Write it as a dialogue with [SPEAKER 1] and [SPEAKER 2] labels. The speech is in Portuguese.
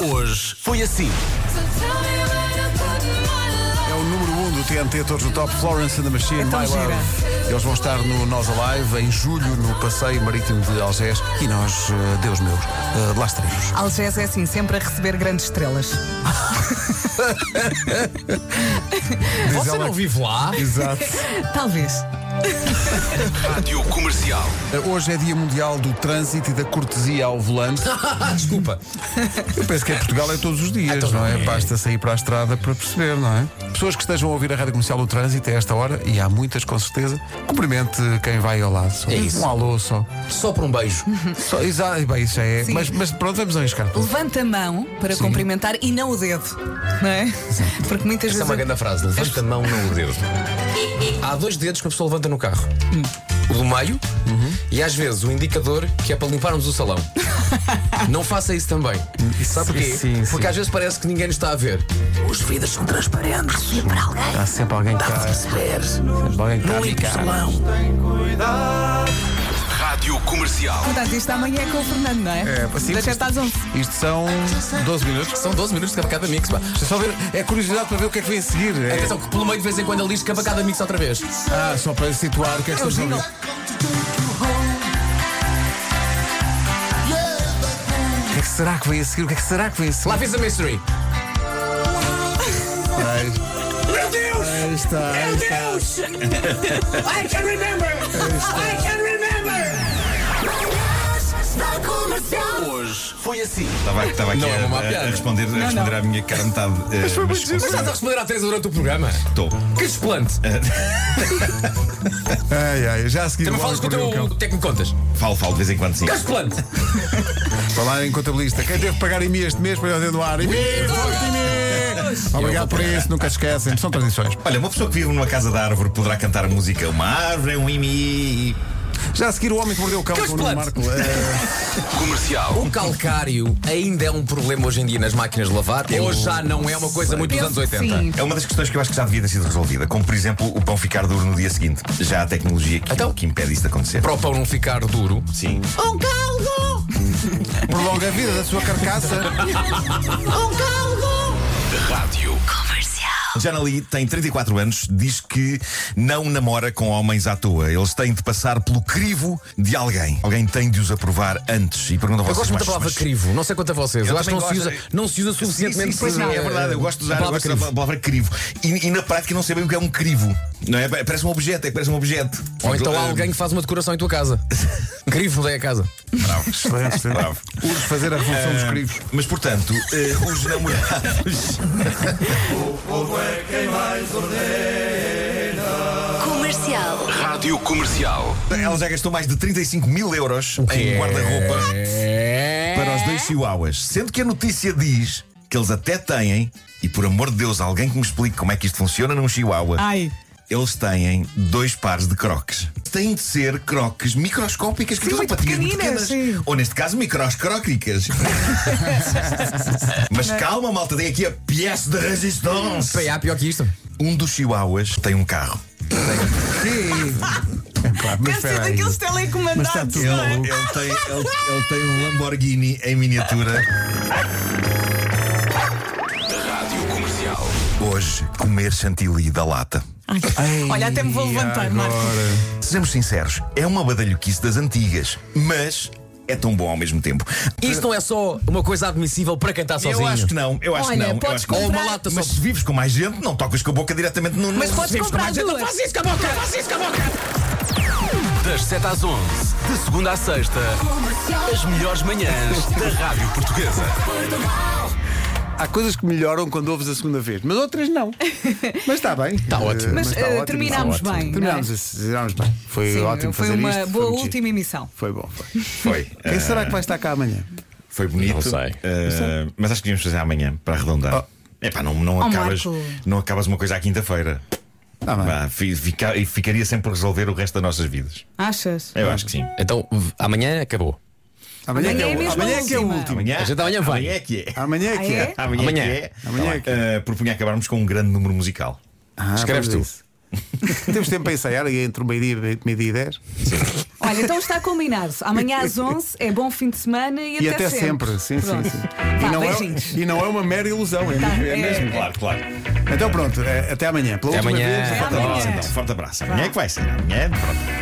[SPEAKER 1] Hoje foi assim. É o número 1 um do TNT, todos no top, Florence and the Machine,
[SPEAKER 2] É tão
[SPEAKER 1] My
[SPEAKER 2] gira.
[SPEAKER 1] Love. Eles vão estar no Nós Alive em julho, no Passeio Marítimo de Algés. E nós, eh, Deus meus, eh, lá
[SPEAKER 3] Ah,
[SPEAKER 1] estaremos.
[SPEAKER 2] Algés é assim, sempre a receber grandes estrelas.
[SPEAKER 1] Diz
[SPEAKER 3] Você
[SPEAKER 1] ela-
[SPEAKER 3] não vive lá?
[SPEAKER 1] Exato.
[SPEAKER 2] Talvez.
[SPEAKER 4] Rádio Comercial.
[SPEAKER 1] Eh, Hoje é Dia Mundial do Trânsito e da Cortesia ao Volante.
[SPEAKER 3] Ah, desculpa.
[SPEAKER 1] Eu penso que em Portugal é todos os dias,
[SPEAKER 3] Então
[SPEAKER 1] não é?
[SPEAKER 3] não é.
[SPEAKER 1] Basta sair para a estrada para perceber, não é? Pessoas que estejam a ouvir a rádio comercial do trânsito a esta hora, e há muitas com certeza, cumprimente quem vai ao lado. Só.
[SPEAKER 3] É isso.
[SPEAKER 1] Um alô só.
[SPEAKER 3] Só por um beijo.
[SPEAKER 1] só exato, bem, isso já é.
[SPEAKER 2] Sim.
[SPEAKER 1] Mas, mas pronto, vamos arriscar. tudo.
[SPEAKER 2] Levanta a mão para cumprimentar e não o dedo, não é? Porque muitas
[SPEAKER 3] Essa é
[SPEAKER 2] vezes.
[SPEAKER 3] uma grande frase. Levanta a mão, não o dedo. Há dois dedos que uma pessoa levanta no carro. O do meio
[SPEAKER 1] Uhum.
[SPEAKER 3] e às vezes o indicador que é para limparmos o salão. Não faça isso também. Sabe porquê?
[SPEAKER 1] sim,
[SPEAKER 3] Porque às vezes parece que ninguém nos está a ver. Os vidros são transparentes.
[SPEAKER 1] Há sempre alguém cá. Sempre alguém cá.
[SPEAKER 3] Limpa o salão.
[SPEAKER 4] Rádio Comercial.
[SPEAKER 2] Portanto, isto amanhã é com o Fernando, não é?
[SPEAKER 1] É, assim,
[SPEAKER 2] Das 7 às 11.
[SPEAKER 1] Isto são 12 minutos.
[SPEAKER 3] São 12 minutos de cada mix. pá.
[SPEAKER 1] É Só ver, é curiosidade para ver o que é que vem a seguir. É-
[SPEAKER 3] Atenção que pelo meio de vez em quando ele diz que a cada mix outra vez.
[SPEAKER 1] ah, só para situar o que é que
[SPEAKER 2] É o
[SPEAKER 1] estamos a
[SPEAKER 2] jingle.
[SPEAKER 1] ouvir. O que é que será que vem a seguir? O que é que será que vem a seguir?
[SPEAKER 3] Lá fez a mystery.
[SPEAKER 1] Ai.
[SPEAKER 5] Meu Deus!
[SPEAKER 1] Aí está, aí
[SPEAKER 5] Meu
[SPEAKER 1] está.
[SPEAKER 5] Deus! I can remember! I can remember!
[SPEAKER 4] Hoje foi assim.
[SPEAKER 6] Estava, estava aqui
[SPEAKER 3] Não, é uma má
[SPEAKER 6] a, a- a
[SPEAKER 3] piada.
[SPEAKER 6] responder, a, responder à minha cara metade. eh, mas
[SPEAKER 3] Mas estás a responder à Teresa durante o programa.
[SPEAKER 6] estou.
[SPEAKER 3] Que desplante.
[SPEAKER 1] É. Ai, ai, já a seguir.
[SPEAKER 3] Também
[SPEAKER 1] o Homem
[SPEAKER 3] falas com o
[SPEAKER 1] que Mordeu o
[SPEAKER 3] teu técnico de contas.
[SPEAKER 6] Falo, falo de vez em quando, sim.
[SPEAKER 3] Que desplante.
[SPEAKER 1] Cão. Falar em contabilista. Quem deve pagar em mim este mês para eu no ar? Em mim, forte em mim! Obrigado por isso, nunca se esquecem. São tradições.
[SPEAKER 6] Olha, uma pessoa que vive numa casa de árvore poderá cantar a música Uma árvore, é um imi.
[SPEAKER 1] Já a seguir, o Homem que Mordeu o Cão
[SPEAKER 3] Que
[SPEAKER 1] com o Nuno
[SPEAKER 3] explante.
[SPEAKER 1] Marco. Eh,
[SPEAKER 4] Comercial.
[SPEAKER 3] O calcário ainda é um problema hoje em dia nas máquinas de lavar ou já não é uma coisa muito dos anos 80?
[SPEAKER 2] Sim.
[SPEAKER 6] É uma das questões que eu acho que já devia ter sido resolvida, como por exemplo o pão ficar duro no dia seguinte. Já há tecnologia que,
[SPEAKER 3] Então?
[SPEAKER 6] que impede isso de acontecer.
[SPEAKER 3] Para o pão não ficar duro.
[SPEAKER 6] Sim.
[SPEAKER 3] Um caldo!
[SPEAKER 1] prolonga a vida da sua carcaça.
[SPEAKER 4] Rádio.
[SPEAKER 6] Jana Lee tem 34 anos, diz que não namora com homens à toa. Eles têm de passar pelo crivo de alguém. Alguém tem de os aprovar antes. E perguntam
[SPEAKER 3] Eu
[SPEAKER 6] vocês,
[SPEAKER 3] gosto muito
[SPEAKER 6] mas-
[SPEAKER 3] da palavra
[SPEAKER 6] mas-
[SPEAKER 3] crivo, não sei quanto a vocês. Eu,
[SPEAKER 6] Eu
[SPEAKER 3] acho que não se,
[SPEAKER 6] também
[SPEAKER 3] usa,
[SPEAKER 6] gosto.
[SPEAKER 3] não se usa
[SPEAKER 6] Sim,
[SPEAKER 3] suficientemente.
[SPEAKER 6] sim, sim,
[SPEAKER 3] eh,
[SPEAKER 6] é verdade, eu gosto de usar
[SPEAKER 3] a
[SPEAKER 6] eu
[SPEAKER 3] palavra
[SPEAKER 6] gosto de usar a
[SPEAKER 3] crivo.
[SPEAKER 6] palavra crivo. E, e na prática não sei bem o que é um crivo. Não é? Parece um objeto, é que parece um objeto.
[SPEAKER 3] Ou então
[SPEAKER 6] Eh,
[SPEAKER 3] há alguém que faz uma decoração em tua casa. crivo daí a casa.
[SPEAKER 6] Bravo.
[SPEAKER 1] Excelente, excelente.
[SPEAKER 6] Bravo. Ah,
[SPEAKER 1] Urge fazer a revolução dos crivos.
[SPEAKER 6] Mas portanto, eh, os namorados.
[SPEAKER 7] Comercial.
[SPEAKER 4] Rádio Comercial.
[SPEAKER 6] Ela já gastou mais de 35 mil euros
[SPEAKER 3] quê?
[SPEAKER 6] em guarda-roupa
[SPEAKER 3] É.
[SPEAKER 6] para os dois chihuahuas. Sendo que a notícia diz que eles até têm, e por amor de Deus, alguém que me explique como é que isto funciona num chihuahua.
[SPEAKER 2] Ai.
[SPEAKER 6] Eles têm dois pares de croques. Têm de ser croques microscópicas, que são
[SPEAKER 2] muito
[SPEAKER 6] patinhas muito
[SPEAKER 2] pequeninas,
[SPEAKER 6] pequenas.
[SPEAKER 2] sim.
[SPEAKER 6] Ou neste caso, microscróquicas. Mas calma, malta, tem aqui a pièce de resistance.
[SPEAKER 3] Bem, há pior que isto.
[SPEAKER 6] Um dos chihuahuas tem um carro.
[SPEAKER 1] Pá, mas
[SPEAKER 2] Deve ser
[SPEAKER 1] espera aí.
[SPEAKER 2] daqueles
[SPEAKER 1] Mas está
[SPEAKER 2] telecomandados,
[SPEAKER 1] tudo
[SPEAKER 2] não é?
[SPEAKER 6] Ele, ele tem, ele- ele tem um Lamborghini em miniatura.
[SPEAKER 4] Rádio Comercial.
[SPEAKER 6] Hoje, comer chantilly da lata.
[SPEAKER 2] Olha, até me vou levantar, Marco.
[SPEAKER 6] Sejamos sinceros, é uma badalhoquice das antigas, mas é tão bom ao mesmo tempo.
[SPEAKER 3] Isto não é só uma coisa admissível para quem está sozinho.
[SPEAKER 6] Eu acho que não, eu acho
[SPEAKER 2] Olha,
[SPEAKER 6] que não. eu
[SPEAKER 2] podes
[SPEAKER 6] acho que não.
[SPEAKER 3] comprar- Ou uma lata só.
[SPEAKER 6] Mas se vives com mais gente, não tocas com a boca diretamente no.
[SPEAKER 3] Mas
[SPEAKER 6] no-
[SPEAKER 3] podes
[SPEAKER 6] se é vives com
[SPEAKER 3] comprar
[SPEAKER 6] mais gente,
[SPEAKER 3] duas.
[SPEAKER 6] não fazes
[SPEAKER 3] isso com a boca! Faz isso com a boca!
[SPEAKER 4] Das 7 às 11. De segunda à sexta. As melhores manhãs da Rádio Portuguesa.
[SPEAKER 1] Há coisas que melhoram quando ouves a segunda vez, mas outras não. Mas está bem. Está
[SPEAKER 3] ótimo.
[SPEAKER 2] Mas, eh, terminámos
[SPEAKER 1] está ótimo.
[SPEAKER 2] bem,
[SPEAKER 1] Terminámos, terminámos bem. Foi
[SPEAKER 2] Sim,
[SPEAKER 1] É ótimo
[SPEAKER 2] foi
[SPEAKER 1] fazer
[SPEAKER 2] uma
[SPEAKER 1] isto,
[SPEAKER 2] boa
[SPEAKER 1] muito giro.
[SPEAKER 2] última emissão.
[SPEAKER 1] Foi bom, foi.
[SPEAKER 6] Foi.
[SPEAKER 1] Quem
[SPEAKER 6] eh,
[SPEAKER 1] será que vai estar cá amanhã?
[SPEAKER 6] Foi bonito.
[SPEAKER 3] Não sei.
[SPEAKER 6] eh, mas acho que devíamos fazer amanhã para arredondar. É pá, não, não,
[SPEAKER 2] Oh,
[SPEAKER 6] acabas,
[SPEAKER 2] Marco.
[SPEAKER 6] não acabas uma coisa à quinta-feira.
[SPEAKER 1] Ah, bem.
[SPEAKER 6] Vá, fi- fica- e ficaria sempre a resolver o resto das nossas vidas.
[SPEAKER 2] Achas?
[SPEAKER 6] Eu acho que sim.
[SPEAKER 3] Então, v- amanhã acabou.
[SPEAKER 1] Amanhã,
[SPEAKER 2] Amanhã
[SPEAKER 1] que
[SPEAKER 2] é
[SPEAKER 1] é,
[SPEAKER 2] a
[SPEAKER 1] o-
[SPEAKER 2] mesma
[SPEAKER 1] amanhã que é o
[SPEAKER 2] última.
[SPEAKER 1] último.
[SPEAKER 6] Amanhã,
[SPEAKER 3] A gente amanhã vai.
[SPEAKER 6] Amanhã é que é.
[SPEAKER 1] Amanhã é que
[SPEAKER 2] Ah,
[SPEAKER 1] é.
[SPEAKER 2] é?
[SPEAKER 6] Amanhã,
[SPEAKER 3] Amanhã.
[SPEAKER 6] é que é.
[SPEAKER 1] Amanhã é que
[SPEAKER 6] Eh, propunha acabarmos com um grande número musical.
[SPEAKER 1] Ah,
[SPEAKER 3] Escreves
[SPEAKER 1] vamos a isso. Temos tempo para ensaiar e entre meio-dia e meio-dia e dez.
[SPEAKER 2] Olha, então está combinado. Amanhã às 11 é bom fim de semana e,
[SPEAKER 1] E até sempre. Sim, sim,
[SPEAKER 2] Pronto.
[SPEAKER 1] sim.
[SPEAKER 2] Vá,
[SPEAKER 1] E não, é,
[SPEAKER 2] beijinhos.
[SPEAKER 1] e não é uma mera ilusão, é,
[SPEAKER 2] Tá,
[SPEAKER 1] mesmo, é
[SPEAKER 2] é-
[SPEAKER 1] mesmo.
[SPEAKER 6] Claro, claro.
[SPEAKER 1] Então pronto, é- até amanhã. Pela
[SPEAKER 3] Até
[SPEAKER 1] última
[SPEAKER 3] amanhã.
[SPEAKER 1] vez,
[SPEAKER 2] Até
[SPEAKER 6] Forte abraço,
[SPEAKER 2] amanhã.
[SPEAKER 6] então. Forte abraço. Amanhã é que vai ser. Amanhã, pronto.